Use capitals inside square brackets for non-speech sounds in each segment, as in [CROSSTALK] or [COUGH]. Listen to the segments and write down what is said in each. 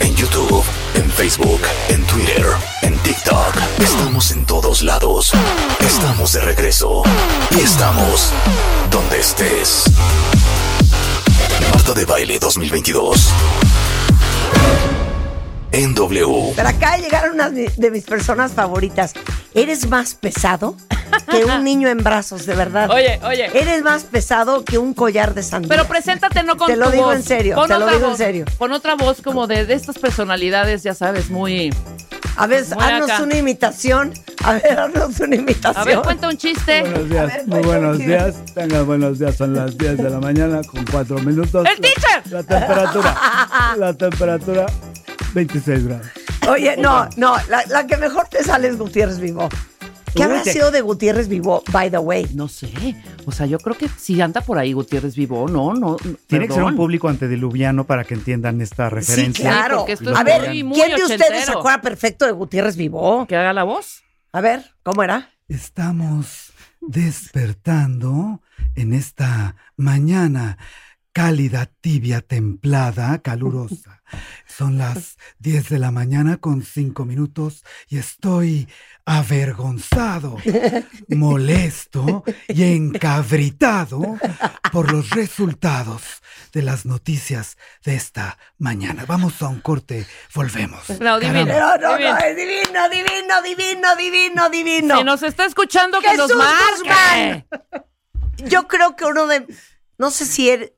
en YouTube, en Facebook, en Twitter, en TikTok. Estamos en todos lados. Estamos de regreso. Y estamos donde estés. Marta de Baile 2022. En W. Pero acá llegaron unas de de mis personas favoritas. Eres más pesado que [LAUGHS] un niño en brazos, de verdad. Oye, oye. Eres más pesado que un collar de sandía. Pero preséntate no con Te lo tu digo voz, en serio, con te lo otra digo en voz, serio. Con otra voz como de, de estas personalidades, ya sabes, muy... A ver, Muy haznos acá. una imitación. A ver, haznos una A ver, imitación. cuenta un chiste. Buenos días, muy buenos días. Tengan buenos días, son las 10 de la mañana con 4 minutos. ¡El La- teacher! La temperatura, [LAUGHS] la temperatura 26 grados. [LAUGHS] Oye, no, no, la, la que mejor te sale es Gutiérrez Vivo. ¿Qué Uy, habrá te- sido de Gutiérrez Vivo, by the way? No sé, o sea, yo creo que si anda por ahí Gutiérrez Vivo, no, no. Tiene que ser un perdón. público antediluviano para que entiendan esta Sí, referencia. claro. porque esto es A ver, muy, muy ¿quién de ustedes se ochentero. acuerda perfecto de Gutiérrez Vivo? Que haga la voz. A ver, ¿cómo era? Estamos despertando en esta mañana cálida, tibia, templada, calurosa. Son [LAUGHS] las 10 de la mañana con 5 minutos y estoy [LAUGHS] avergonzado, molesto y encabritado por los resultados de las noticias de esta mañana. Vamos a un corte, volvemos. No, divino. Caramba. Pero no, Muy bien. no, es divino, divino, divino, divino, divino. Si nos está escuchando, que nos ¡Jesús marque. Yo creo que uno de, no sé si el,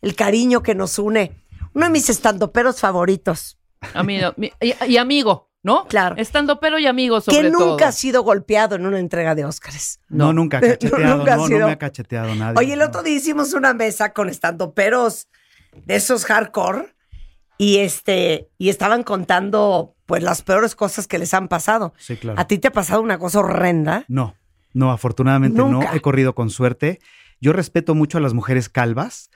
el cariño que nos une, uno de mis estandoperos favoritos, Amigo, mi- y, y amigo, ¿no? Claro. Estando pero y amigo, sobre que todo. nunca ha sido golpeado en una entrega de Óscares. No, nunca ha No, cacheteado. nunca ha no, no sido. me ha cacheteado nadie. Oye, el otro día hicimos una mesa con estandoperos de esos hardcore y este y estaban contando pues las peores cosas que les han pasado. Sí, claro. ¿A ti te ha pasado una cosa horrenda? No, no, afortunadamente Nunca. no. He corrido con suerte. Yo respeto mucho a las [LAUGHS] mujeres calvas.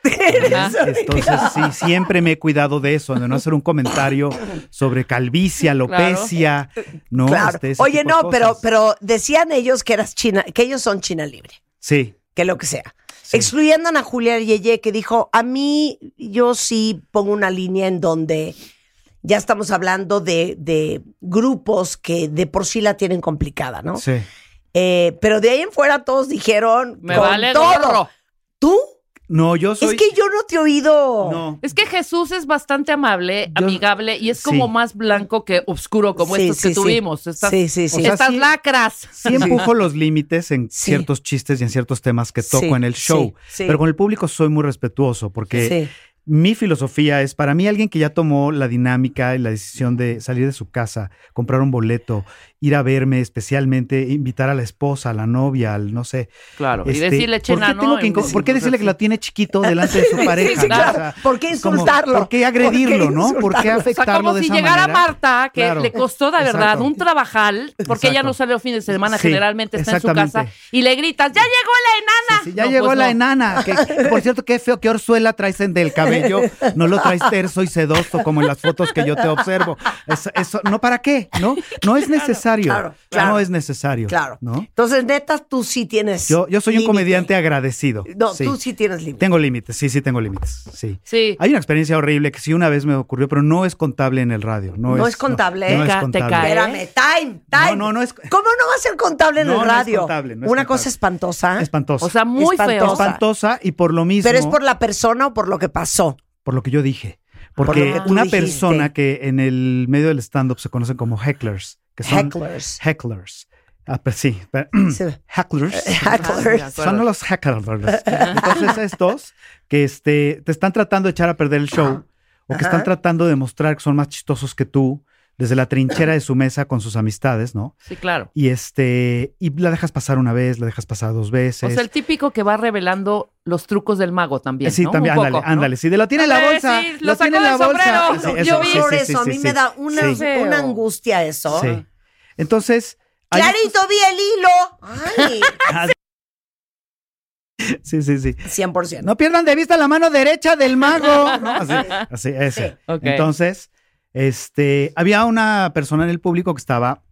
Entonces, sí, siempre me he cuidado de eso, de no hacer un comentario sobre calvicie, alopecia. No, Claro. Este, ese Oye, tipo de no, pero cosas. pero decían ellos que eras china, que ellos son China libre. Sí, que lo que sea. Sí. Excluyendo a Ana Julia Yeye, que dijo, a mí yo sí pongo una línea en donde ya estamos hablando de, de grupos que de por sí la tienen complicada, ¿no? sí. Eh, pero de ahí en fuera todos dijeron, Me con vale todo. gorro. ¿Tú? No, yo soy. Es que yo no te he oído. [LAUGHS] No. Es que Jesús es bastante amable, Yo- amigable y es como Sí. más blanco que oscuro, como Sí, estas sí, que sí. tuvimos. Estas, Sí, sí, sí. O sea, estas sí. lacras. Sí empujo los límites en Sí. ciertos chistes y en ciertos temas que toco Sí, en el show. sí, sí. Pero con el público soy muy respetuoso porque Sí. mi filosofía es, para mí, alguien que ya tomó la dinámica y la decisión de salir de su casa, comprar un boleto, ir a verme especialmente, invitar a la esposa, a la novia, al no sé. Claro. y este, decirle ¿por chena, qué, tengo ¿no? que En- inco- ¿Por qué decirle que la tiene chiquito delante de [LAUGHS] su pareja? sí, no? claro. O sea, ¿Por qué como, insultarlo? ¿Por ¿Por qué qué agredirlo, no? ¿Por qué insultarlo? O sea, afectarlo como de si esa llegara manera? Marta, que Claro. le costó de verdad Exacto. un trabajal, porque ella no Exacto. salió fin de semana, Sí, generalmente está en su casa, exactamente. y le gritas, ¡ya llegó la enana! Sí, ya No, llegó pues la no. enana. que- por cierto, qué feo, qué orzuela traes en del cabello. No lo traes terso y sedoso como en las fotos que yo te observo. Eso, eso- no, ¿para qué? ¿No? No es necesario. Claro, claro. No es necesario. Claro. ¿no? Entonces, neta, tú sí tienes. Yo, yo soy límite. un comediante agradecido. No, tú sí tienes límite. Tengo límites, sí, sí tengo límites. Sí. Sí. Hay una experiencia horrible que sí una vez me ocurrió, pero no es contable en el radio. No, No es contable, No, ¿eh? es Ca- te contable. cae. Espérame, time, time. No, no, no es- ¿Cómo no va a ser contable en No, el no es radio? contable, no es Una contable. cosa espantosa. Espantosa. O sea, muy feo. Espantosa. espantosa y por lo mismo. Pero es por la persona o por lo que pasó. por lo que yo dije. Por lo Porque que tú una dijiste. persona que en el medio del stand-up se conocen como hecklers, que son [CLEARS THROAT] Hecklers. hecklers. Ah, pues sí, [CLEARS THROAT] pero- [CLEARS THROAT] [LAUGHS] Sí. hecklers. Eh, Hecklers. Ah, Son [LAUGHS] los hecklers. Entonces estos que este, te están tratando de echar a perder el show o que Ajá. están tratando de mostrar que son más chistosos que tú. desde la trinchera de su mesa con sus amistades, ¿no? Sí, claro. Y este, y la dejas pasar una vez, la dejas pasar dos veces. O sea, el típico que va revelando los trucos del mago también. sí, ¿no? también, Un ándale, poco, ¿no? ándale. Sí, de lo tiene en la Eh, bolsa. sí, lo lo sacó tiene en la del bolsa. sombrero. Sí, Yo sí, vi sí, por sí, eso, a sí, mí sí. me da una, Sí, feo. una angustia eso. sí. Entonces. hay- ah, Clarito vi el hilo. [LAUGHS] Ay, Sí, sí, sí. 100%. No pierdan de vista la mano derecha del mago. ¿no? Así, así, ese. Sí. Ok. Entonces, este, había una persona en el público que estaba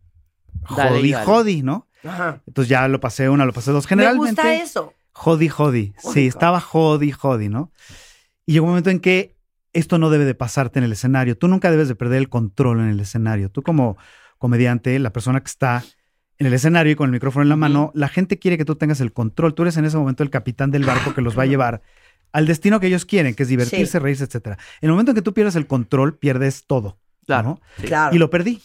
Dale y jodi, dale. jodi, ¿no? Ajá. Entonces ya lo pasé una, lo pasé dos. Me Generalmente. gusta eso. Jodi, jodi. Sí, Uy, estaba jodi, jodi, ¿no? Y llegó un momento en que esto no debe de pasarte en el escenario. Tú nunca debes de perder el control en el escenario. Tú como comediante, la persona que está en el escenario y con el micrófono en la mano, la gente quiere que tú tengas el control. Tú eres en ese momento el capitán del barco que los va a llevar al destino que ellos quieren, que es divertirse, Sí. reírse, etcétera. En el momento en que tú pierdes el control, pierdes todo. Claro. ¿no? Claro. Y lo perdí.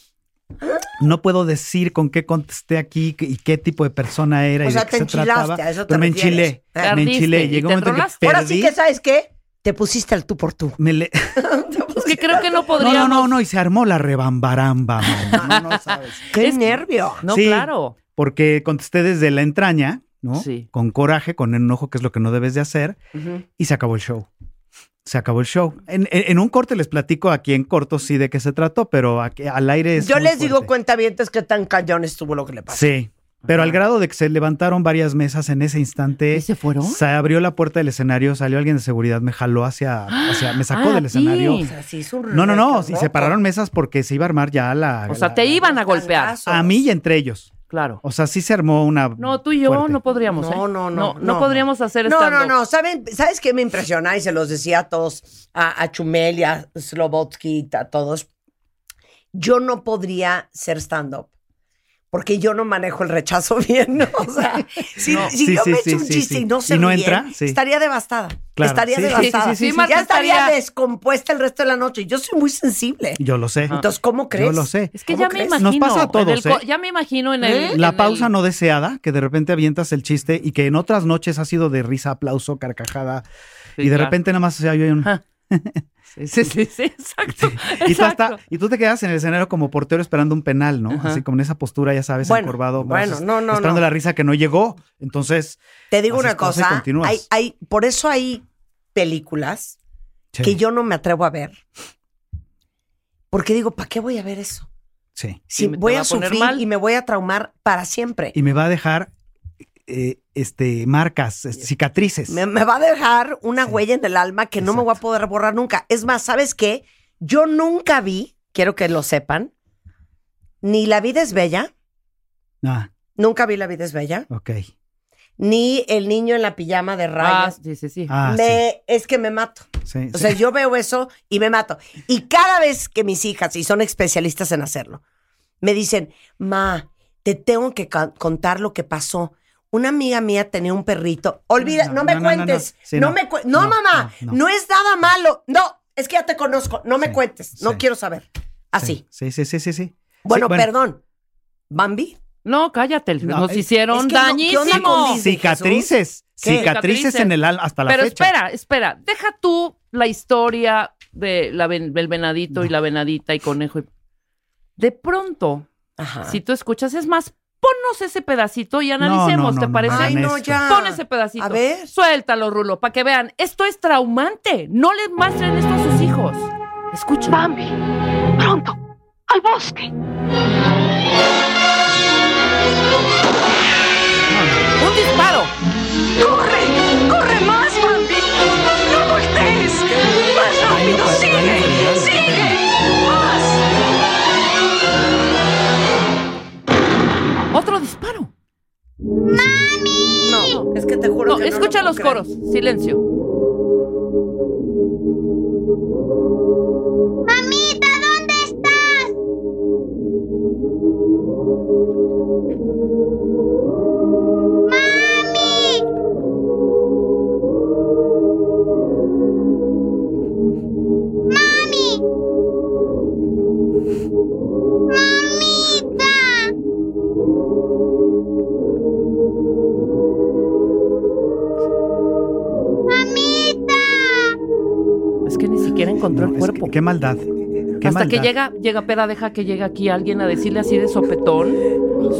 No puedo decir con qué contesté aquí y qué tipo de persona era o y de sea, qué te se trataba. enchilaste, a eso te Pero me refieres. enchilé, Ah. Claro. me Perdiste enchilé. y Llegó te un momento en que enrolaste. perdí. Ahora sí que sabes qué. Te pusiste al tú por tú. me le- [LAUGHS] Es que creo que no No, podríamos. no, no, no, y se armó la rebambaramba. man. [LAUGHS] No, no sabes. [LAUGHS] Qué Es- nervio. No, Sí. claro. Porque contesté desde la entraña, ¿no? Sí. Con coraje, con enojo, que es lo que no debes de hacer, y se acabó el show. Se acabó el show. En, en- en un corte les platico aquí en corto sí de qué se trató, pero aquí al aire es Yo muy les digo, fuerte. cuentavientes, que tan cañón estuvo lo que le pasó. Sí. Pero al grado de que se levantaron varias mesas en ese instante. ¿Y se fueron? Se abrió la puerta del escenario, salió alguien de seguridad, me jaló hacia, hacia me sacó Ah, del a ti. escenario. O sea, sí es un No, no, no. Y revoltoso. separaron mesas porque se iba a armar ya la. O sea, la- te iban a golpear. Trancazos. A mí y entre ellos. Claro. O sea, sí se armó una. No, tú y yo Mm, fuerte. no podríamos. ¿eh? No, no, no, No, no. podríamos hacer No, no, stand-up. no. ¿Saben, ¿Sabes qué me impresiona? Y se los decía a todos, a, a Chumel y a Slobotsky, a todos. Yo no podría ser stand-up. Porque yo no manejo el rechazo [LAUGHS] bien, ¿no? O [LAUGHS] sea, si, si Sí, yo sí, me sí, echo un sí, chiste sí. y no ¿Y se no ríen, entra? Sí. estaría devastada. Claro. Estaría Sí, sí, devastada. sí, sí, sí, sí, ya Marta estaría, estaría- descompuesta el resto de la noche. Yo soy muy sensible. Yo lo sé. Entonces, ¿cómo crees? Yo lo sé. Es que ¿Cómo ya crees? ¿Eh? me Nos imagino. pasa a en el todos, ¿eh? co- Ya me imagino en el. en La el- pausa no deseada, que de repente avientas el chiste y que en otras noches ha sido de risa, aplauso, carcajada. Sí, y de claro. repente nada más se oye un. Sí, sí, sí, sí, exacto. [LAUGHS] Y tú, exacto. hasta- y tú te quedas en el escenario como portero esperando un penal, ¿no? Así como en esa postura, ya sabes, Bueno, encorvado. bueno, brazos, no, no, Esperando no. la risa que no llegó. Entonces. Te digo Haces una pausa y cosa, continúas. hay, hay, por eso hay películas sí, que yo no me atrevo a ver. Porque digo, ¿para qué voy a ver eso? Sí. Si Y me- te voy va a, a poner sufrir mal. y me voy a traumar para siempre. Y me va a dejar eh, este, marcas, eh, cicatrices. Me, me va a dejar una Sí. huella en el alma que no me voy a poder borrar nunca. Es más, ¿sabes qué? Yo nunca vi, quiero que lo sepan, ni La vida es bella, Ah, nunca vi La vida es bella, ok. ni El niño en la pijama de Ah, rayas. sí, sí, sí. Ah, Me- Es que me mato. sí, sí, O sí. sea, yo veo eso y me mato. Y cada vez que mis hijas, y son especialistas en hacerlo, me dicen, ma, te tengo que ca- contar lo que pasó. Una amiga mía tenía un perrito. Olvida, no, No, me no, no, no, no. cuentes. Sí, no. no. me cue- no, No, mamá, no, no, no. es nada malo. No, es que ya te conozco. No me Sí, cuentes. No sí. quiero saber. Así. Sí, sí, sí, sí, sí. Bueno, Sí, bueno. perdón. Bambi. No, cállate. No, Nos es es- hicieron que no, ¿qué onda dañísimo. con Disney? Cicatrices, ¿Qué? cicatrices en el alma hasta la Pero fecha. espera, espera. Deja tú la historia de la ven- del venadito y la venadita y conejo. y- De pronto, Ajá. si tú escuchas, es más, ponnos ese pedacito y analicemos, no, ¿te no, parece? no, Ay, no, honesto. ya. Pon ese pedacito. Ah, A ver. Suéltalo, Rulo, para que vean. Esto es traumante. No les muestren esto a sus hijos. Escuchen. Bambi, pronto, al bosque. Un disparo. ¡Corre! ¡Corre más, Bambi! ¡No voltees! ¡Más rápido! ¡Sigue! ¡Sigue! ¡Más! Otro disparo. No, es que te juro No, que no lo escucha puedo los creer. coros. Silencio. Es que ni siquiera encontró No, el es cuerpo. que- qué maldad. Qué Hasta que maldad. llega, llega Pera, deja que llegue aquí alguien a decirle así de sopetón,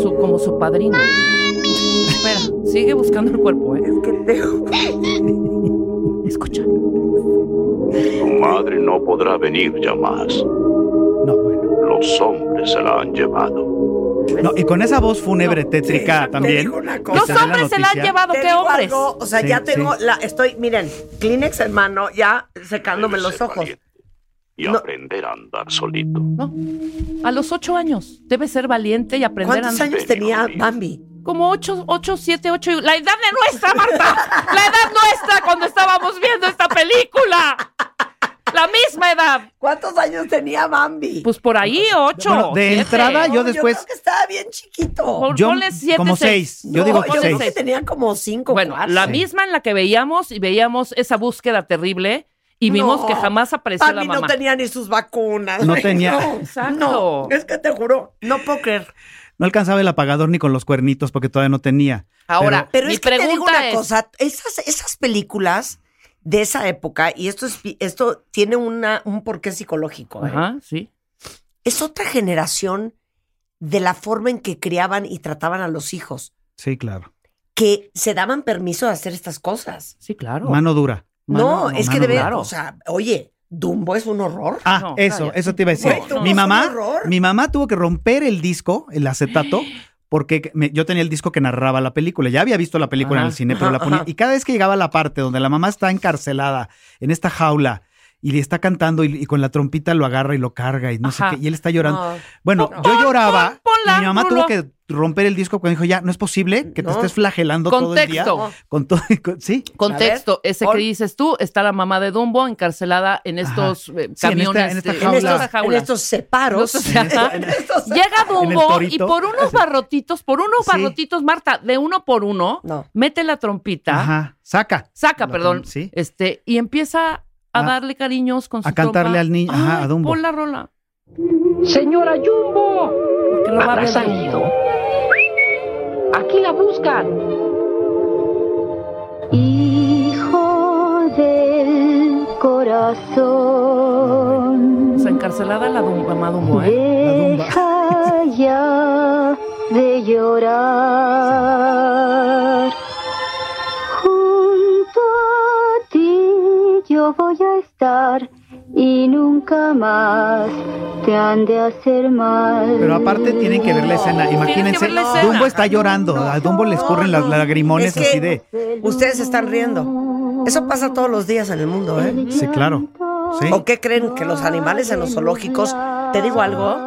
su, como su padrino. Espera, sigue buscando el cuerpo, ¿eh? que tengo. Escucha. Tu madre no podrá venir ya más. No, bueno. Los hombres se la han llevado. No, y con esa voz fúnebre tétrica Te también. digo una cosa. Los Esa es la hombres se la han noticia. llevado, Te ¿qué digo hombres? algo, o sea, Sí, ya tengo sí. la estoy, miren, Kleenex en mano, ya secándome Debes los ser ojos. valiente Y No. aprender a andar solito. No. A los ocho años. Debe ser valiente y aprender a ¿Cuántos andar. años tenía Bambi? Como ocho, ocho, siete, ocho. y- La edad de nuestra, Marta. La edad nuestra cuando estábamos viendo esta película. La misma edad. ¿Cuántos años tenía Bambi? Pues por ahí, ocho. Bueno, de siete. entrada, ah, yo después- creo que estaba bien chiquito. Por- Yo, ponle siete, como seis. seis. Yo No, digo yo que creo seis. que tenía como cinco. Bueno, cuatro. la misma en la que veíamos y veíamos esa búsqueda terrible y vimos No, que jamás apareció Bambi la mamá. no tenía ni sus vacunas. No tenía- Exacto. [LAUGHS] No, es que te juro, no puedo creer. No alcanzaba el apagador ni con los cuernitos porque todavía no tenía. Ahora, Pero mi es que te digo pregunta una es, cosa, esas, esas películas de esa época, y esto, es, esto tiene una, un porqué psicológico, ¿eh? Ajá, sí. es otra generación de la forma en que criaban y trataban a los hijos, Sí, claro. que se daban permiso de hacer estas cosas. Sí, claro. Mano dura. no, Mano- es que mano de verdad, dura. claro. o sea, oye, Dumbo es un horror. Ah, No, eso, cállate. eso te iba a decir. Güey, tú mi no mamá, fue un horror. mi mamá tuvo que romper el disco, el acetato, porque me- yo tenía el disco que narraba la película. Ya había visto la película en Ajá, el cine, pero ajá, la ponía. ajá. Y cada vez que llegaba la parte donde la mamá está encarcelada en esta jaula y le está cantando y, y con la trompita lo agarra y lo carga y no Ajá. sé qué, y él está llorando. No, Bueno, Pon- yo lloraba pon- ponla, y mi mamá Rulo. tuvo que romper el disco cuando dijo, ya, no es posible que No. te estés flagelando todo el día. Contexto. Con todo, [LAUGHS] con- sí. Contexto, ese Ol- que dices tú, está la mamá de Dumbo encarcelada en estos eh, Sí, en esta- camiones. en esta de- en, jaula. estos, esta en jaula. estos separos. No, o sea, ajá. [LAUGHS] en estos- Llega Dumbo En el y torito. por unos barrotitos, por unos Sí. barrotitos, Marta, de uno por uno, No. mete la trompita, Ajá, saca. saca, La perdón, trom- sí. este, y empieza a A- darle cariños con su a cantarle trompa. al niño, ajá, Ay, a Dumbo. Pon la rola. Señora Jumbo, Porque lo va a ¿habrá ver Dumbo. salido? Aquí la buscan. Hijo del O corazón, sea, encarcelada la Dumbo, mamá Dumbo, ¿eh? [LAUGHS] deja ya de llorar. Junto a ti yo voy a estar y nunca más te han de hacer mal. Pero aparte tienen que ver la escena. Imagínense, ver la escena. Dumbo está llorando, a Dumbo le escurren no. las lagrimones Es que- así de... Ustedes se están riendo. Eso pasa todos los días en el mundo, ¿eh? Sí, claro. Sí. ¿O qué creen que los animales en los zoológicos, te digo algo,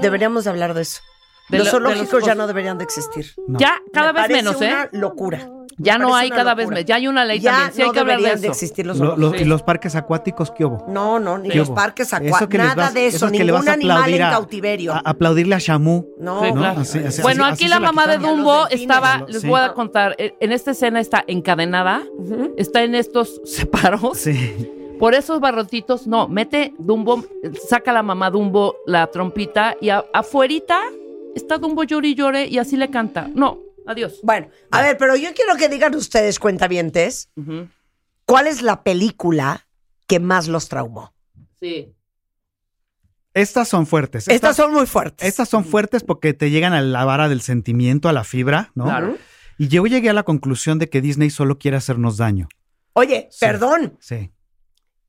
deberíamos de hablar de eso. De los lo- de los zoológicos ya cos- no deberían de existir. No. Ya cada Me vez parece menos, ¿eh? Una locura. Ya Me no parece hay una cada vez locura. menos. Ya hay una ley Ya también. Sí, hay no que hablar de deberían de eso. existir los Lo- zoológicos. los- ¿Y los parques acuáticos qué hubo? No, no, ni ¿Qué los hubo? parques Eso que acuáticos, les nada vas- de eso, que le vas ningún a animal en aplaudir a- cautiverio. a- aplaudirle a Shamu. no, Sí, ¿no? claro. Así- así- bueno, así- aquí así la se mamá de quitan. quitan a los Dumbo delfines. estaba, Sí. les voy a contar, e- en esta escena está encadenada, Ujú. está en estos [LAUGHS] separos, Sí. por esos barrotitos, no, mete Dumbo, eh, saca la mamá Dumbo la trompita y a- afuerita está Dumbo llore y llore y así le canta. No, adiós. Bueno, a ver, pero yo quiero que digan ustedes, cuentavientes, Ujú. ¿cuál es la película que más los traumó? Sí. Estas son fuertes. Estas son muy fuertes. estas son fuertes porque te llegan a la vara del sentimiento, a la fibra, ¿no? Claro. Y yo llegué a la conclusión de que Disney solo quiere hacernos daño. Oye, Sí. perdón. Sí.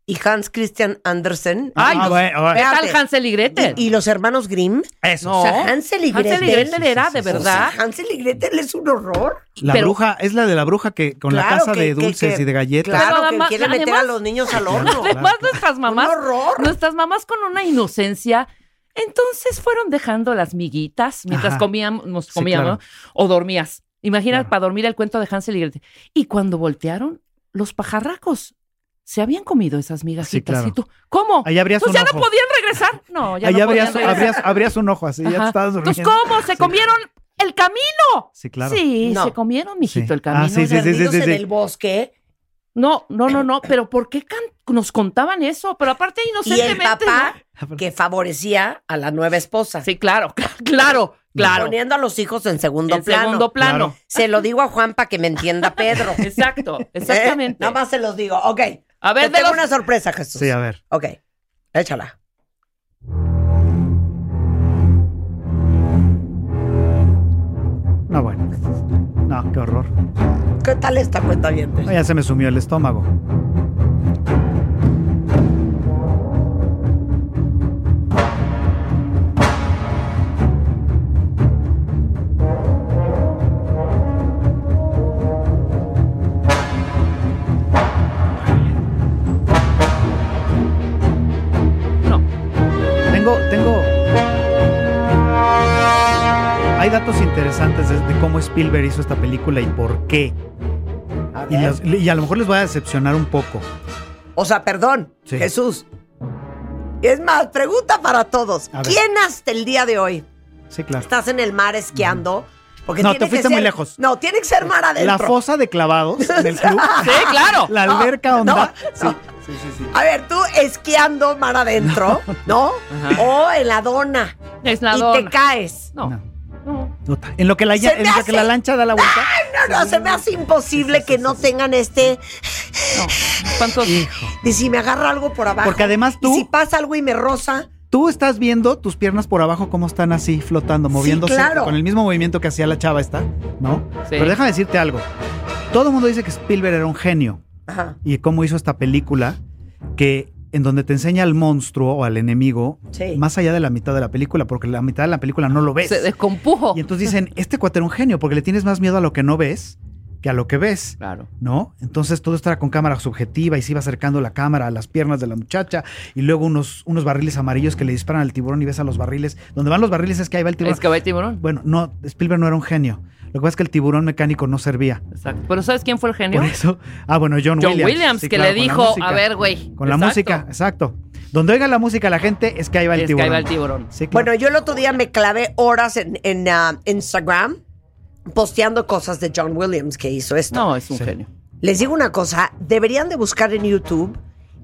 Y Hans Christian Andersen Ay, Eh, Ah, los- bueno, bueno. ¿Qué tal Espérate. Hansel y Gretel? y, y los hermanos Grimm. Eso. No. O sea, Hansel y Gretel. Hansel y Gretel era de Sí, sí, sí, O sea, verdad. Hansel y Gretel es un horror. La Pero- bruja, es la de la bruja que con la Claro casa que- de que- dulces que- y de galletas. Claro, Pero que además- quiere meter además- a los niños [LAUGHS] al claro. horno. Además, nuestras mamás, Un horror. nuestras mamás con una inocencia. Entonces fueron dejando las miguitas mientras Ajá. comíamos, nos Sí, comíamos claro. o dormías. Imagina Claro. para dormir el cuento de Hansel y Gretel. Y cuando voltearon, los pajarracos se habían comido esas migajitas. claro. Y tú, ¿Cómo? Ahí abrías Pues un ya no ojo. podían regresar. No, ya Ahí no abrías, podían regresar. abrías, abrías un ojo así, ya Ajá. te estabas durmiendo. Entonces, ¿cómo? ¿Se Sí. comieron el camino? Sí, claro. Sí, No. se comieron, mijito, Sí. el camino. Ah, sí, sí, de- sí, sí, Perdidos sí, en sí. el bosque. No, no, no, no. Pero ¿por qué can- nos contaban eso? Pero aparte Y el inocentemente. papá ¿no? que favorecía a la nueva esposa. Sí, claro, cl- claro, claro. Poniendo a los hijos en segundo El plano. segundo plano. Se lo digo a Juan para que me entienda [LAUGHS] Pedro. Exacto, exactamente. ¿Eh? Nada más se los digo. Ok. A ver, Te de tengo los- una sorpresa, Jesús. Sí, a ver. Ok. Échala. No, bueno. No, qué horror. ¿Qué tal esta cuenta bien? No, ya se me sumió el estómago. No. Tengo, tengo. Hay datos interesantes de, de cómo Spielberg hizo esta película y por qué. A ver. Y, las- y a lo mejor les voy a decepcionar un poco. O sea, perdón, Sí. Jesús. Es más, pregunta para todos. A ver. ¿Quién hasta el día de hoy Sí, claro. estás en el mar esquiando? Porque No, tiene te que fuiste ser- muy lejos. No, tiene que ser mar adentro. La fosa de clavados del [LAUGHS] club. Sí, claro. La alberca onda. No, no. Sí, sí, sí. A ver, tú esquiando mar adentro, ¿no? Ajá. O en la dona. Es la Oh, y dona. te caes. No. No. no. Total. En lo que la, ya- Se me en lo hace- que la lancha da la vuelta. No, no, se me hace imposible Sí, sí, que sí, no sí. tengan este. No. ¿Cuántos? Y si me agarra algo por abajo. Porque además Y tú- si pasa algo y me roza. Tú estás viendo tus piernas por abajo cómo están así flotando, Sí, moviéndose claro. con el mismo movimiento que hacía la chava esta, ¿no? Sí. Pero déjame decirte algo. Todo el mundo dice que Spielberg era un genio Ajá. y cómo hizo esta película que en donde te enseña al monstruo o al enemigo Sí. más allá de la mitad de la película, porque la mitad de la película no lo ves. Se descompujo. pues, Y entonces dicen, este cuate era un genio porque le tienes más miedo a lo que no ves que a lo que ves. Claro. ¿no? Entonces todo estaba con cámara subjetiva y se iba acercando la cámara a las piernas de la muchacha y luego unos, unos barriles amarillos que le disparan al tiburón y ves a los barriles. Donde van los barriles es que ahí va el tiburón. Es que va el tiburón. Bueno, no, Spielberg no era un genio. Lo que pasa es que el tiburón mecánico no servía. Exacto. Pero ¿sabes quién fue el genio? Por eso. Ah, bueno, John, John Williams, Sí, que claro, le con la dijo, música. a ver, güey. Con la exacto, música, exacto. Donde oiga la música la gente es que ahí va el Es que tiburón. ahí va el tiburón. Sí, claro. Bueno, yo el otro día me clavé horas en, en, ah, Instagram posteando cosas de John Williams que hizo esto. No, es un Sí. genio. Les digo una cosa, deberían de buscar en YouTube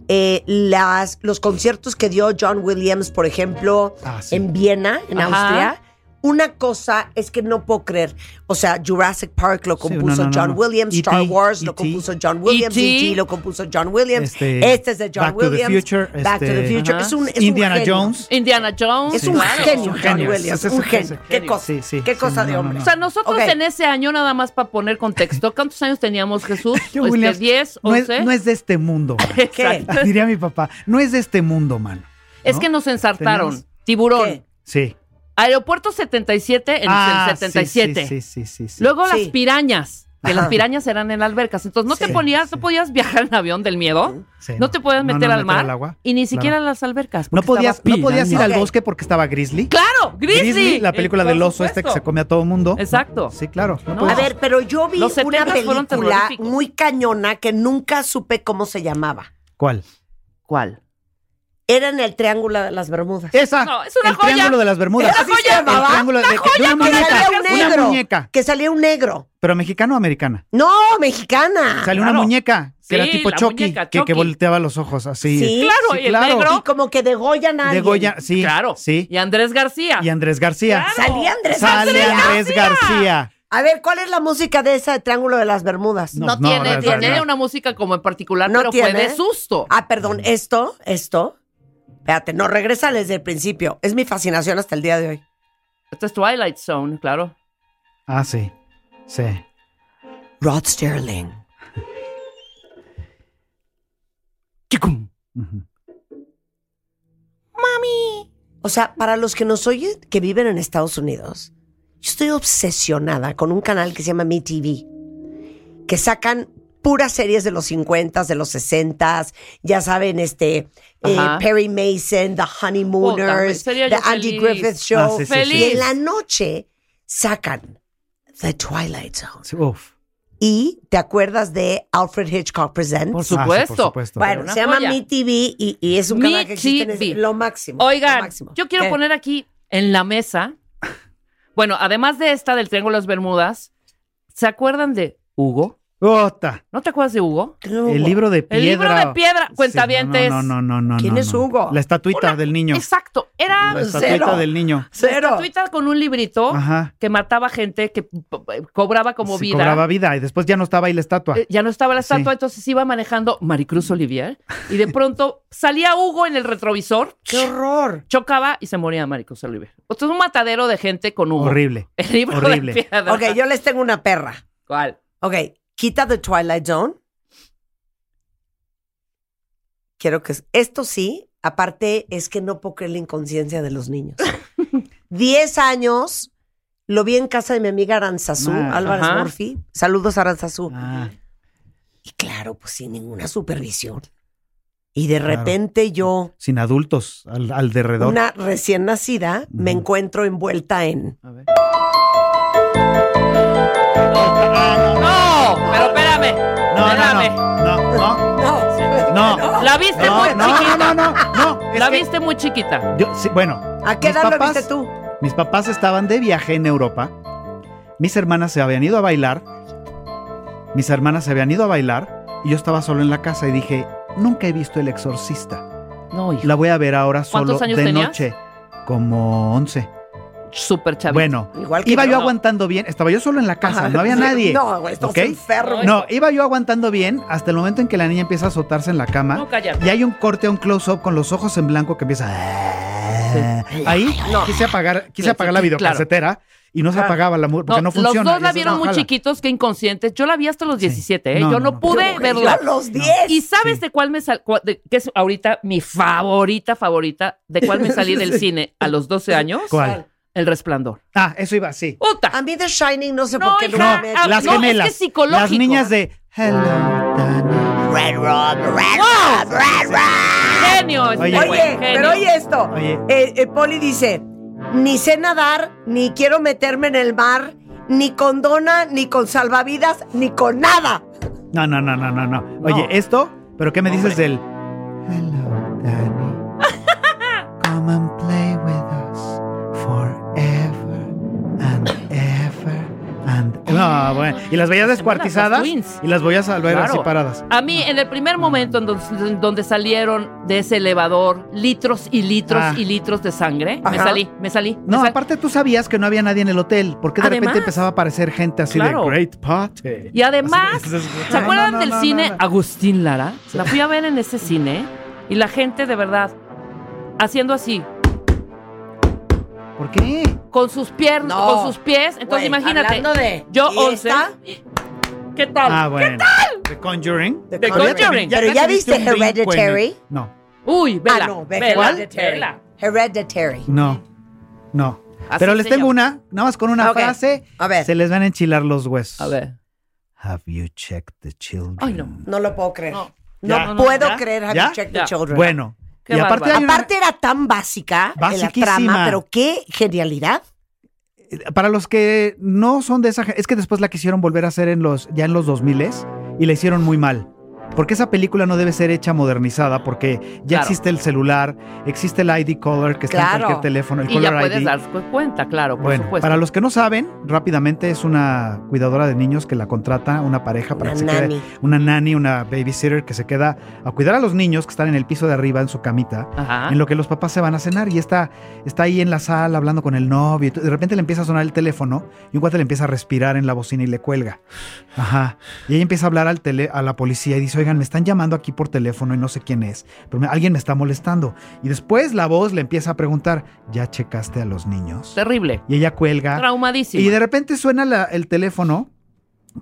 eh, las, los conciertos que dio John Williams, por ejemplo, Ah, sí. en Viena, en Ajá. Austria. Una cosa es que no puedo creer, o sea, Jurassic Park lo Sí, no, compuso no, E no, John no. Williams, E.T., Star Wars lo E.T.. compuso John Williams, E E.T. E.T. lo compuso John Williams, este, Este, es de John Back to the Williams, Future, Back to the este, Future, ajá. es un es un Indiana genio. Jones. Indiana Jones. Es Sí, un claro. genio, Es un John genio, Williams, es- es un un genio. genio. Qué cosa, Sí, sí, qué sí, cosa no, de no, hombre. no, O sea, nosotros Ok. en ese año, nada más para poner contexto, ¿cuántos años teníamos, Jesús? [LAUGHS] John Este, Williams 10, no, 11. es, no es de este mundo. man. [LAUGHS] ¿Qué? Exacto. Diría mi papá, no es de este mundo, mano. Es ¿no? que nos ensartaron. Teníamos- Tiburón. ¿Qué? Sí. Aeropuerto 77 en Ah, el 77. Sí, sí, sí, sí, sí. Luego Sí. las pirañas. Que Ajá. las pirañas eran en albercas. Entonces no Sí. te ponías, no Sí. podías viajar en avión del miedo. Sí, No te podías No, meter no, al meter mar. al agua, Y ni claro. siquiera a las albercas. No porque podías, estaba no podías ir piraña. al Ok. bosque porque estaba Grizzly. ¡Claro! ¡Grizzly! la película Eh, del por oso este que supuesto. se come a todo mundo. Exacto. Sí, claro. no No. puedes- A ver, pero yo vi Pues, Los una 70s fueron película terroríficos. muy cañona que nunca supe cómo se llamaba. ¿Cuál? ¿Cuál? Era en el Triángulo de las Bermudas. Esa. No, es una el joya. triángulo de las Bermudas. Esa joya, el mamá. triángulo de, Una de- joya de una que muñeca. salía un Una negro. muñeca. Que salía un negro. Pero mexicano o americana. No, mexicana. Salió una Ah, Claro. muñeca que era Sí, tipo la Chucky, muñeca, que, que Chucky. volteaba los ojos así. Sí. Claro, y el negro. Y como que degollan a De alguien. Goya, sí. claro. Sí. Y Andrés García. Y Andrés García. Salía Andrés Sale García. Andrés García. A ver, ¿cuál es la música de esa de Triángulo de las Bermudas? No, No, no, tiene, no, tiene no. una música como en particular, No pero tiene. fue de susto. Ah, perdón, esto, esto. Espérate, no, regresa desde el principio. Es mi fascinación hasta el día de hoy. Esta es Twilight Zone, claro. Ah, sí. Sí. Rod Sterling. Chicum. Ujú. O sea, para los que nos oyen que viven en Estados Unidos, yo estoy obsesionada con un canal que se llama MeTV, que sacan puras series de los 50 de los 60 ya saben, este, eh, Ajá. Perry Mason, The Puta, Honeymooners, sería The yo Andy feliz. Griffith Show. Ah, sí, sí, Y sí. en Feliz. la noche sacan The Twilight Zone. Sí, Uf. Y te acuerdas de Alfred Hitchcock Presents. Por Ah, sí, supuesto. por supuesto. Bueno, Una se llama joya. MeTV y, y es un Me canal que existe en TV. es- lo máximo. lo Oigan, máximo. yo quiero ¿Qué? poner aquí en la mesa. Bueno, además de esta del Triángulo de las Bermudas, ¿se acuerdan de Hugo? Gota. ¿No te acuerdas de Hugo? El libro de piedra. El libro de piedra. Sí, Cuentavientes. no, no, no, no, no. ¿Quién no, es no. Hugo? La estatuita del niño. Exacto. Era La cero. estatuita del niño. Cero. tuitas con un librito Ajá. que mataba gente, que p- p- cobraba como Se vida. Cobraba vida y después ya no estaba ahí la estatua. Eh, ya no estaba la Sí. estatua, entonces iba manejando Maricruz Olivier y de pronto salía Hugo en el [LAUGHS] retrovisor, ¡Qué horror! chocaba y se moría Maricruz Olivier. Esto es un matadero de gente con Hugo. Horrible. El libro horrible. de piedra. Ok, yo les tengo una perra. ¿Cuál? Ok, quita The Twilight Zone. Quiero que... Esto sí, aparte es que no puedo creer la inconsciencia de los [LAUGHS] niños. Diez años, lo vi en casa de mi amiga Aranzazú, Ah, Álvarez ajá. Murphy. Saludos a Aranzazú. Ah, Y claro, pues sin ninguna supervisión. Y de Claro. repente yo, sin adultos al, al derredor. una recién nacida, me Ujú. encuentro envuelta en... A ver. No, pero espérame. No, espérame. no, no, no, No, No. La viste no, muy no, no, chiquita. no, no, no. Es La que viste muy chiquita. yo- sí, bueno, [LAUGHS] ¿A qué Mis edad lo papás- viste tú? mis papás estaban de viaje en Europa. Mis hermanas se habían ido a bailar. Mis hermanas se habían ido a bailar y yo estaba solo en la casa y dije, nunca he visto El Exorcista. No, hijo. La voy a ver ahora solo ¿Cuántos años de tenías? noche, como 11. Súper chavita. Bueno, Igual que iba yo no. aguantando bien, estaba yo solo en la casa, Ajá. no [LAUGHS] había Sí. nadie. No, güey, estás ¿ok? enfermo. No, iba yo aguantando bien hasta el momento en que la niña empieza a azotarse en la cama. No, cállate. Y hay un corte, un close-up con los ojos en blanco que empieza. Ahí quise apagar, quise Sí, apagar sí, la sí, claro. videocasetera y no se Claro. apagaba la mu- porque no, Los funciona. dos y la eso vieron no muy jala. chiquitos, que inconscientes. Yo la vi hasta los Sí. 17, ¿eh? No, Yo no, no, no. pude Yo, verla. a los 10. ¿Y sabes Sí. de cuál me sal, cua- de- que es ahorita mi favorita, favorita, de cuál me salí [LAUGHS] del cine a los 12 años? ¿Cuál? El resplandor. Ah, eso iba, sí. A ¡Puta! mí The Shining no sé No, por qué No, hija, no me ah, las no, es que gemelas. es psicológico. Las niñas de Hello, Dana. Red Rock, Red Wow. Rob, Red Rob. Genio este Oye. güey, Oye, genio. pero oye esto. Oye. Eh, eh, Poli dice, ni sé nadar, ni quiero meterme en el mar, ni con dona, ni con salvavidas, ni con nada. Ah, No, no, no, no, no, no. Oye, esto, pero ¿qué me dices del Hello, [LAUGHS] Dani? Come and play with us forever and ever and No, bueno. Y las veías Las gemelas, las descuartizadas twins. y las veías al ver así Claro. paradas. A mí, en el primer momento en donde, en donde salieron de ese elevador litros y litros Ah. y litros de sangre, me Ajá. salí, me salí. me No, sal- aparte tú sabías que no había nadie en el hotel, porque de Además. repente empezaba a aparecer gente así Claro. de Great Party. Y además, Así de- ¿Se acuerdan No, no, del no, cine no, no. Agustín Lara? La fui a ver en ese cine y la gente de verdad haciendo así, ¿Por qué? con sus piernas, No. con sus pies. Entonces Güey, imagínate, hablando de- yo ¿Y 11. esta? ¿Qué tal? Ah, bueno. ¿The Conjuring? The The Conjuring. Conjuring. Pero ya viste un brinco en el- Hereditary. No, Uy, vela. ah, no, ve- vela, Hereditary. vela. Hereditary. no, no. Así Pero les se tengo llama. una, nada más con una Ok, frase, a ver. se les van a enchilar los huesos. A ver. Have you checked the children? Ay, no. No lo puedo creer. No, No. Ya. No, no, puedo ¿Ya? creer. Have ¿Ya? you checked the Ya. children? Bueno, Qué y aparte hay una- Aparte era tan básica en la Basiquísima. trama, pero qué genialidad. para los que no son de esa, ge- es que después la quisieron volver a hacer en los ya en los 2000 y la hicieron muy mal. Porque esa película no debe ser hecha modernizada porque ya Claro. existe el celular, existe el ID color que está en Claro. cualquier teléfono, el Y ya color puedes ID. dar cuenta, claro, por bueno, supuesto. para los que no saben, rápidamente es una cuidadora de niños que la contrata una pareja para Una que se quede nani. una nanny, una babysitter que se queda a cuidar a los niños que están en el piso de arriba en su camita, Ajá. en lo que los papás se van a cenar y está, está ahí en la sala hablando con el novio. y t- De repente le empieza a sonar el teléfono y un cuate le empieza a respirar en la bocina y le cuelga. Ajá. Y ella empieza a hablar al tele, a la policía y dice, oigan, me están llamando aquí por teléfono y no sé quién es, pero me- alguien me está molestando. Y después la voz le empieza a preguntar, ¿ya checaste a los niños? Terrible. Y ella cuelga. Traumadísimo. Ah. Y de repente suena la- el teléfono,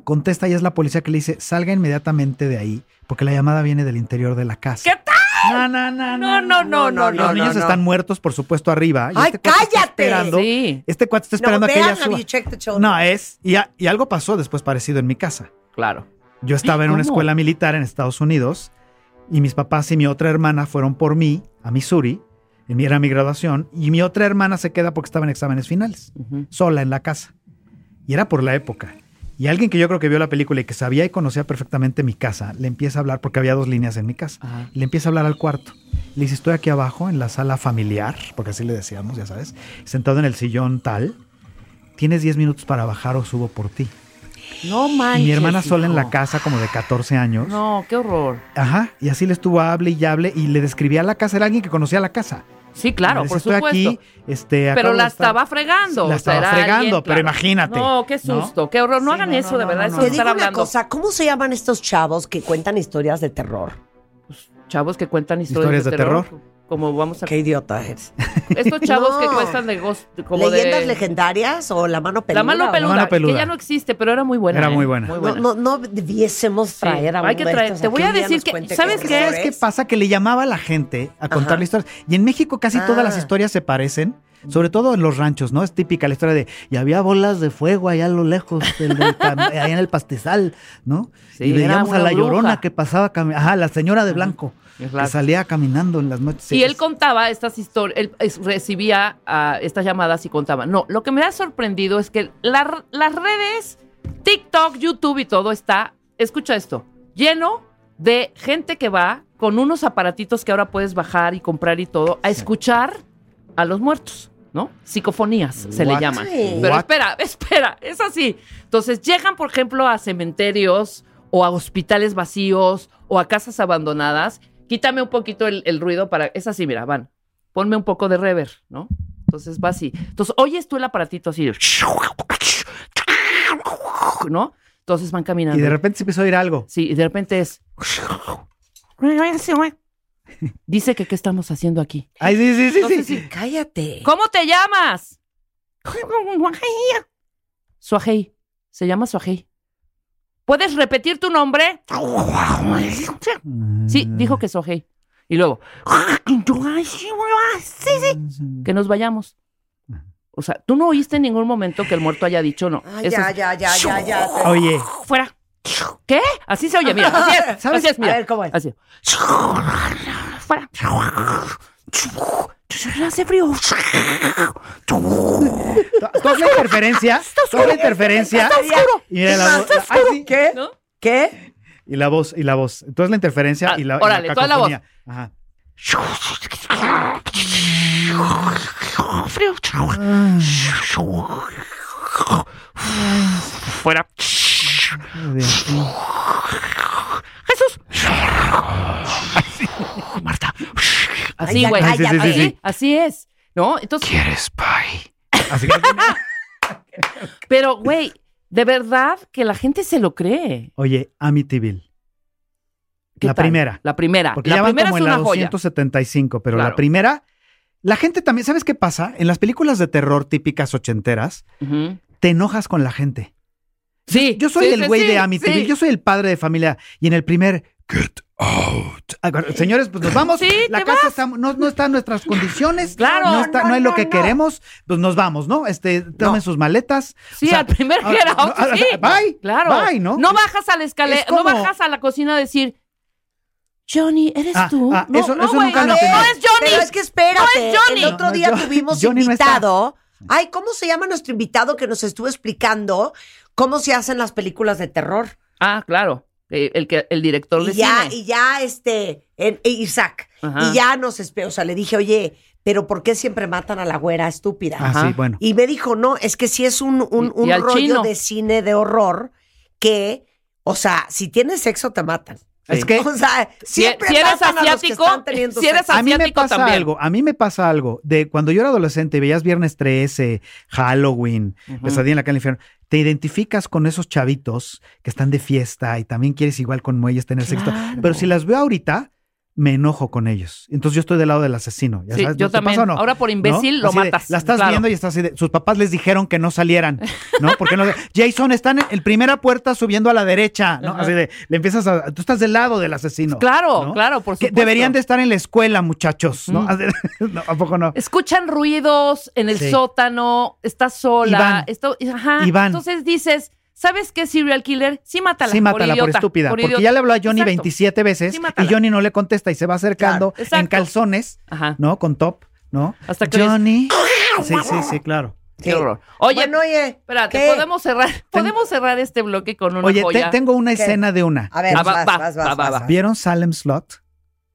contesta y es la policía que le dice, salga inmediatamente de ahí, porque la llamada viene del interior de la casa. ¿Qué tal? No, no, no. No, no, no, no, Los no. niños no. están muertos, por supuesto, arriba. y este ¡Ay, cuate está cállate! esperando- Sí, Este cuate está No, esperando a que ella vean Have suba. you checked the children. No, es... Y, a- y algo pasó después parecido en mi casa. claro. Yo estaba en una ¿Cómo? escuela militar en Estados Unidos y mis papás y mi otra hermana fueron por mí a Missouri. y Era mi graduación y mi otra hermana se queda porque estaba en exámenes finales Ujú. sola en la casa. Y era por la época. Y alguien que yo creo que vio la película y que sabía y conocía perfectamente mi casa, le empieza a hablar, porque había dos líneas en mi casa, Ajá. y le empieza a hablar al cuarto. Le dice, estoy aquí abajo en la sala familiar, porque así le decíamos, ya sabes, sentado en el sillón tal. Tienes 10 minutos para bajar o subo por ti. No Y manches. mi hermana sola en hijo. la casa, como de 14 años. No, qué horror. Ajá, y así le estuvo hable y hable y le describía la casa, era alguien que conocía la casa. Sí, claro, Le decía, por supuesto. Estoy aquí, este, pero acabo de la estar- estaba fregando. La o sea, estaba era fregando, alguien, pero claro. imagínate. No, qué susto, qué horror. No hagan eso, de verdad, eso Te de digo estar una hablando. cosa, ¿cómo se llaman estos chavos que cuentan historias de terror? Chavos que cuentan historias, Historias de, de terror. Como vamos [LAUGHS] a... Qué idiota eres. Estos chavos No. que cuentan de ghost, como ¿Leyendas de... legendarias o la mano peluda? La mano, o- peluda, mano peluda. que ya no existe, pero era muy buena. Era ¿eh? muy buena. Muy No, buena. no, no debiésemos traer a uno hay que de traer- estos te voy aquí, a un día decir nos que- cuente ¿sabes qué qué? ¿Sabes qué es? pasa? Que le llamaba a la gente a contarle Ajá. historias. Y en México casi Ah. todas las historias se parecen, sobre todo en los ranchos, ¿no? Es típica la historia de, y había bolas de fuego allá a lo lejos, del- del pa- allá en el pastizal, ¿no? Sí, y era veíamos a una la bruja. llorona que pasaba, cami- ajá, la señora de blanco, Claro. que salía caminando en las noches. Y él contaba estas historias, él es- recibía ah, estas llamadas y contaba. No, lo que me ha sorprendido es que la- las redes, TikTok, YouTube y todo está, escucha esto, lleno de gente que va con unos aparatitos que ahora puedes bajar y comprar y todo, a escuchar a los muertos, ¿no? Psicofonías se le What? llaman. Ay. Pero What? espera, espera, es así. Entonces llegan, por ejemplo, a cementerios o a hospitales vacíos o a casas abandonadas. Quítame un poquito el, el ruido para... Es así, mira, van. Ponme un poco de rever, ¿no? Entonces va así. Entonces oyes tú el aparatito así de... ¿No? Entonces van caminando. Y de repente se empezó a oír algo. Sí, y de repente [LAUGHS] es... Dice que qué estamos haciendo aquí. Ay, sí, sí, sí, sí. Entonces, sí, Cállate. Eh, ¿Cómo te llamas? Suajei. Se llama Suajei. ¿Puedes repetir tu nombre? Mm. Sí, dijo que Suajei. Y luego, que nos vayamos. O sea, tú no oíste en ningún momento que el muerto haya dicho no. Ah, Eso ya, es, ya, ya, ya, ya. te- Oye, Fuera. ¿Qué? Así se oye, mira. Así [LAUGHS] [LAUGHS] es, ¿Sabes? así es, mira. A ver, ¿cómo es? Así. Fuera. Hace frío. toda la interferencia, toda la interferencia. Y mira la voz. ay, sí. ¿Qué? ¿No? ¿Qué? Y la voz, y la voz. Entonces la interferencia Ah, y la, y órale, toda la voz. cacofonía. Ajá. Fuera. Jesús. Marta. Ay, Así, ya güey. Ay, sí, sí, así, sí, sí. así es. ¿No? Entonces, Así que- pero, güey, de verdad que la gente se lo cree. Oye, Amityville. ¿Qué La tal? primera. La primera. Porque la ya van primera como es en una la joya. 275, pero Claro. la primera. La gente también, ¿sabes qué pasa? En las películas de terror típicas ochenteras, Ujú. te enojas con la gente. Sí. Yo soy sí, el sí, güey sí, de Amityville, sí. yo soy el padre de familia. Y en el primer Get Out. Ah, bueno, Señores, pues nos vamos. Sí, la te casa está- no, no está en nuestras condiciones. Claro. No, está, No, no, hay no, lo que no. queremos. Pues nos vamos, ¿no? Este, tomen sus maletas. Sí, O sea, al primer ah, get out, no, ah, sí. Bye. Claro. Bye, ¿no? bajas a la escalera, Es como- no bajas a la cocina a decir, Johnny, ¿eres Ah, tú? ah, no, eso- no, eso güey, nunca no, no lo entendí. es Johnny. Pero es que espérate. No es Johnny. El otro No, día no, tuvimos Johnny no está. invitado. Ay, ¿cómo se llama nuestro invitado que nos estuvo explicando cómo se hacen las películas de terror? Ah, claro. eh, El, que, el director de Y ya, cine. y ya, este, en- e- Isaac, Ajá. y ya nos espe- o sea, le dije, oye, pero ¿por qué siempre matan a la güera estúpida? Ah, Ajá. sí, bueno. Y me dijo, no, es que si es un, un, Y- y un al rollo chino. de cine de horror que, o sea, si tienes sexo te matan. Es que O sea, Si, siempre si eres matan a los que asiático, están teniendo si eres sexo. a mí me asiático pasa también. algo, a mí me pasa algo de cuando yo era adolescente, veías Viernes 13, Halloween, Ujú. Pesadilla en la calle del infierno, te identificas con esos chavitos que están de fiesta y también quieres igual con muelles tener Claro. sexto, pero si las veo ahorita me enojo con ellos. Entonces yo estoy del lado del asesino, ya Sí, sabes, yo ¿no te también. pasa o no? Ahora por imbécil ¿No? lo Así de, matas. la estás claro. viendo y estás así de, sus papás les dijeron que no salieran, ¿no? Porque no Jason está en el primera puerta subiendo a la derecha, ¿no? Ajá. Así de, le empiezas a tú estás del lado del asesino. Claro, ¿no? claro, por Que supuesto. deberían de estar en la escuela, muchachos, ¿no? [LAUGHS] Mm. Así- no, ¿A poco no? Escuchan ruidos en el Sí. sótano, estás sola. Y van. esto- ajá. Y van. Entonces dices, ¿sabes qué, serial killer? Sí, mátala. sí, mátala por, idiota, estúpida. por porque idiota. ya le habló a Johnny Exacto. 27 veces Sí, y mátala. Johnny no le contesta y se va acercando Claro, exacto. en calzones, Ajá. ¿no? Con top, ¿no? Hasta que Oh, oyes- Johnny. Sí, sí, sí, claro. Qué horror. Oye, Bueno, oye, espérate, ¿qué? podemos cerrar, podemos cerrar este bloque con una Oye, te- joya. tengo una ¿Qué? escena de una. A ver, Ah, vas, va, vas, va, vas, va, vas, va, vas. va. ¿Vieron Salem Slot?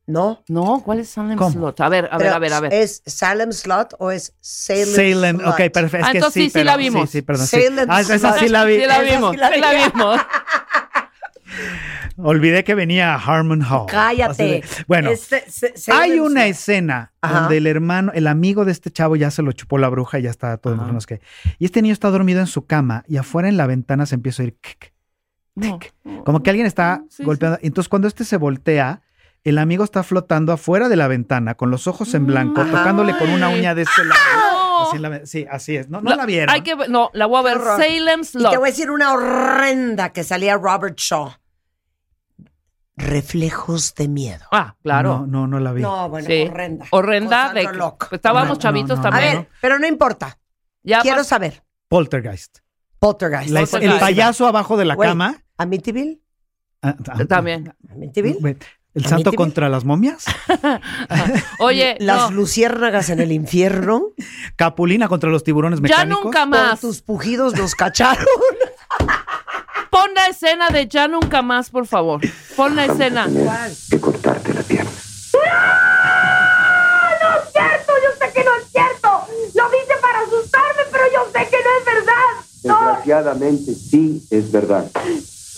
¿No? No, ¿cuál es Salem ¿Cómo? eh, Slot? A ver, a ver, Pero, a ver, a ver. ¿Es Salem Slot o es Salem, Salem, Slot? ok, perfecto. Ah, Es que entonces sí, sí, sí pero- la vimos. Sí, sí, perdón. sí. Salem Ah, esa sí Slot. la vi. Sí la vimos, sí la, vimos. [LAUGHS] Olvidé que venía Harmon Hall. Así Cállate. de- Bueno, Este- se- Salem hay una Slot. escena Ajá. donde el hermano, el amigo de este chavo ya se lo chupó la bruja y ya está todo Ajá. el mundo que. Y este niño está dormido en su cama y afuera en la ventana se empieza a oír clic, No. como que alguien está Ah, Sí, sí. golpeando. Entonces cuando este se voltea, el amigo está flotando afuera de la ventana con los ojos Mm, en blanco, Ajá. tocándole con una uña de este lado. No. Así en la ve- sí, así es. No, no La- la, vieron. Hay que ver- no, la voy a Qué ver. horror. Salem Y te Slot. voy a decir una horrenda que salía Robert Shaw. Reflejos de miedo. Ah, claro. No, no, no la vi. No, bueno, Sí. horrenda. Horrenda Con de Sandra Lock. pues, estábamos No, no, chavitos no, A también. ver, pero no importa. Ya Quiero pas- saber. Poltergeist. Poltergeist. La- Poltergeist. el payaso abajo de la Güey. cama. ¿Amityville? Ah, ah, también. ¿Amityville? Güey, ¿El santo Amityville. contra las momias? Oye, Las no, luciérnagas en el [LAUGHS] infierno. ¿Capulina contra los tiburones ya mecánicos? nunca Por más. tus pujidos nos cacharon. Pon la escena de ya nunca más, por favor. Pon la escena. que cortarte la pierna. cierto, yo sé que no es cierto. Lo dice para asustarme, pero yo sé que no es verdad. No, Desgraciadamente sí es verdad.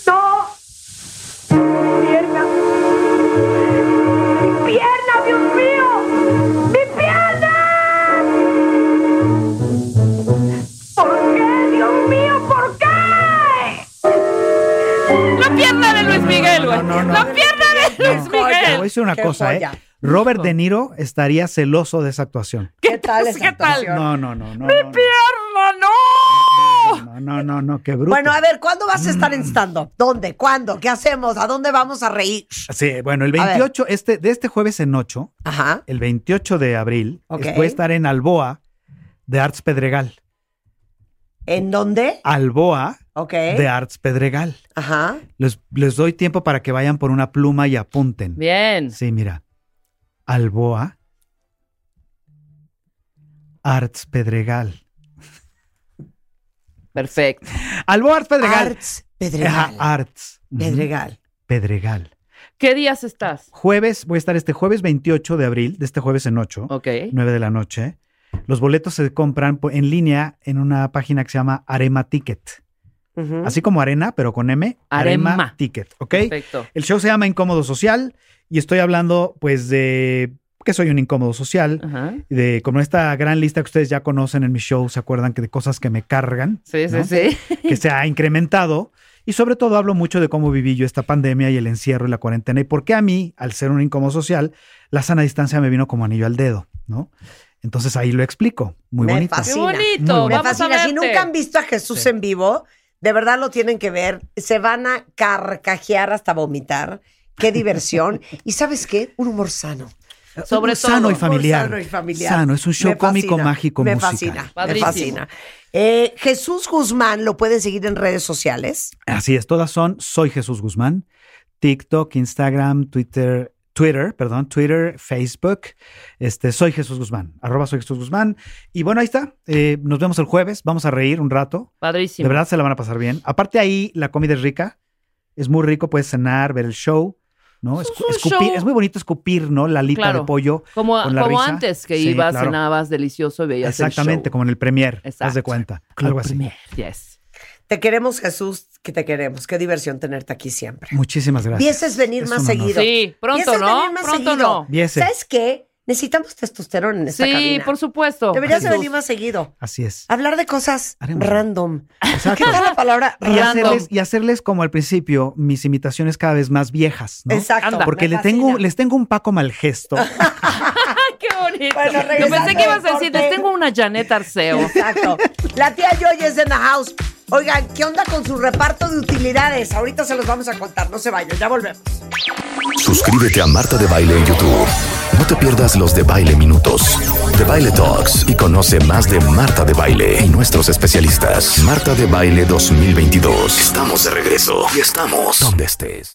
no. Mi pierna. Mi pierna, Dios mío. Mi pierna. ¿Por qué, Dios mío? ¿Por qué? La pierna de Luis Miguel, güey. No, no, no. La pierna de Luis Te voy a Miguel. decir una Qué cosa, ¿eh? joya. Robert De Niro estaría celoso de esa actuación. ¿Qué tal esa [LAUGHS] ¿Qué tal? actuación? No, no, no, no. no, ¡Pierna, no! No, no, no, no, qué bruto. Mm. Bueno, a ver, ¿cuándo vas a estar en stand-up? ¿Dónde? ¿Cuándo? ¿Qué hacemos? ¿A dónde vamos a reír? Sí, bueno, el A ver. 28, este, de este jueves en 8, Ajá. el 28 de abril, Ok. es- voy a estar en Alboa de Arts Pedregal. ¿En dónde? Alboa Ok. de Arts Pedregal. Ajá. Les, les doy tiempo para que vayan por una pluma y apunten. Bien. Sí, mira. Alboa. Arts Pedregal. Perfecto. Alboa Arts Pedregal. Arts Pedregal. Ajá, Arts. Ujú. Pedregal. Pedregal. ¿Qué días estás? Jueves, voy a estar este jueves 28 de abril, de este jueves en 8, Ok. 9 de la noche. Los boletos se compran po- en línea en una página que se llama Arema Ticket. Ujú. Así como arena, pero con M. Arema. Ticket, ¿ok? Perfecto. El show se llama Incómodo Social y estoy hablando pues de que soy un incómodo social, Ajá. de como esta gran lista que ustedes ya conocen en mi show, se acuerdan que de cosas que me cargan, Sí, sí, ¿no? sí. que se ha incrementado y sobre todo hablo mucho de cómo viví yo esta pandemia y el encierro y la cuarentena y por qué a mí, al ser un incómodo social, la sana distancia me vino como anillo al dedo, ¿no? Entonces ahí lo explico, muy Me bonito. Qué fascina. Muy bonito. bonito. Me Vamos a fascina. verte. Si nunca han visto a Jesús Sí. en vivo, de verdad lo tienen que ver. Se van a carcajear hasta vomitar. Qué [LAUGHS] diversión. y sabes qué? Un humor sano. Sobre Un sano todo. y familiar. Sano y familiar. Sano, es un show Me cómico fascina, mágico Me musical. fascina, me Padrísimo. fascina. Eh, Jesús Guzmán, ¿lo pueden seguir en redes sociales? Así es, todas son Soy Jesús Guzmán, TikTok, Instagram, Twitter, Twitter, perdón, Twitter, Facebook, este, Soy Jesús Guzmán, arroba Soy Jesús Guzmán. Y bueno, ahí está, eh, nos vemos el jueves, vamos a reír un rato, Padrísimo. de verdad se la van a pasar bien. Aparte ahí, la comida es rica, es muy rico, puedes cenar, ver el show, ¿no? Es Escu- un escupir, show. es muy bonito escupir, ¿no? La lita Claro. de pollo. Como, con la como risa. antes que Sí, ibas, claro. cenabas delicioso y veías Exactamente, el show. como en el premier, haz Exacto. de cuenta, Como algo así. Yes. Te queremos, Jesús, que te queremos. Qué diversión tenerte aquí siempre. Muchísimas gracias. Vieses venir Es más un honor. seguido. Sí, pronto, Piensas ¿no? venir más Pronto seguido. no. Viese. ¿Sabes qué? Necesitamos testosterona en esta Sí, cabina. por supuesto. Deberías de Jesús. venir más seguido. Así es. Hablar de cosas Haremos. random. Exacto. Ah, ¿Qué tal la [LAUGHS] palabra Y random? hacerles, y hacerles como al principio mis imitaciones cada vez más viejas, ¿no? Exacto. Anda. Porque Me le tengo, fascina. les tengo un Paco [LAUGHS] mal gesto. ¡Ay, qué bonito! Bueno, Yo regresando pensé que ibas a del decir, corte. les tengo una Janet Arceo. Exacto. La tía Joy es en the house. Oigan, ¿qué onda con su reparto de utilidades? Ahorita se los vamos a contar. No se vayan, ya volvemos. Suscríbete a Marta de Baile en YouTube. No te pierdas los de Baile Minutos, de Baile Talks y conoce más de Marta de Baile y nuestros especialistas. Marta de Baile 2022. Estamos de regreso y estamos donde estés.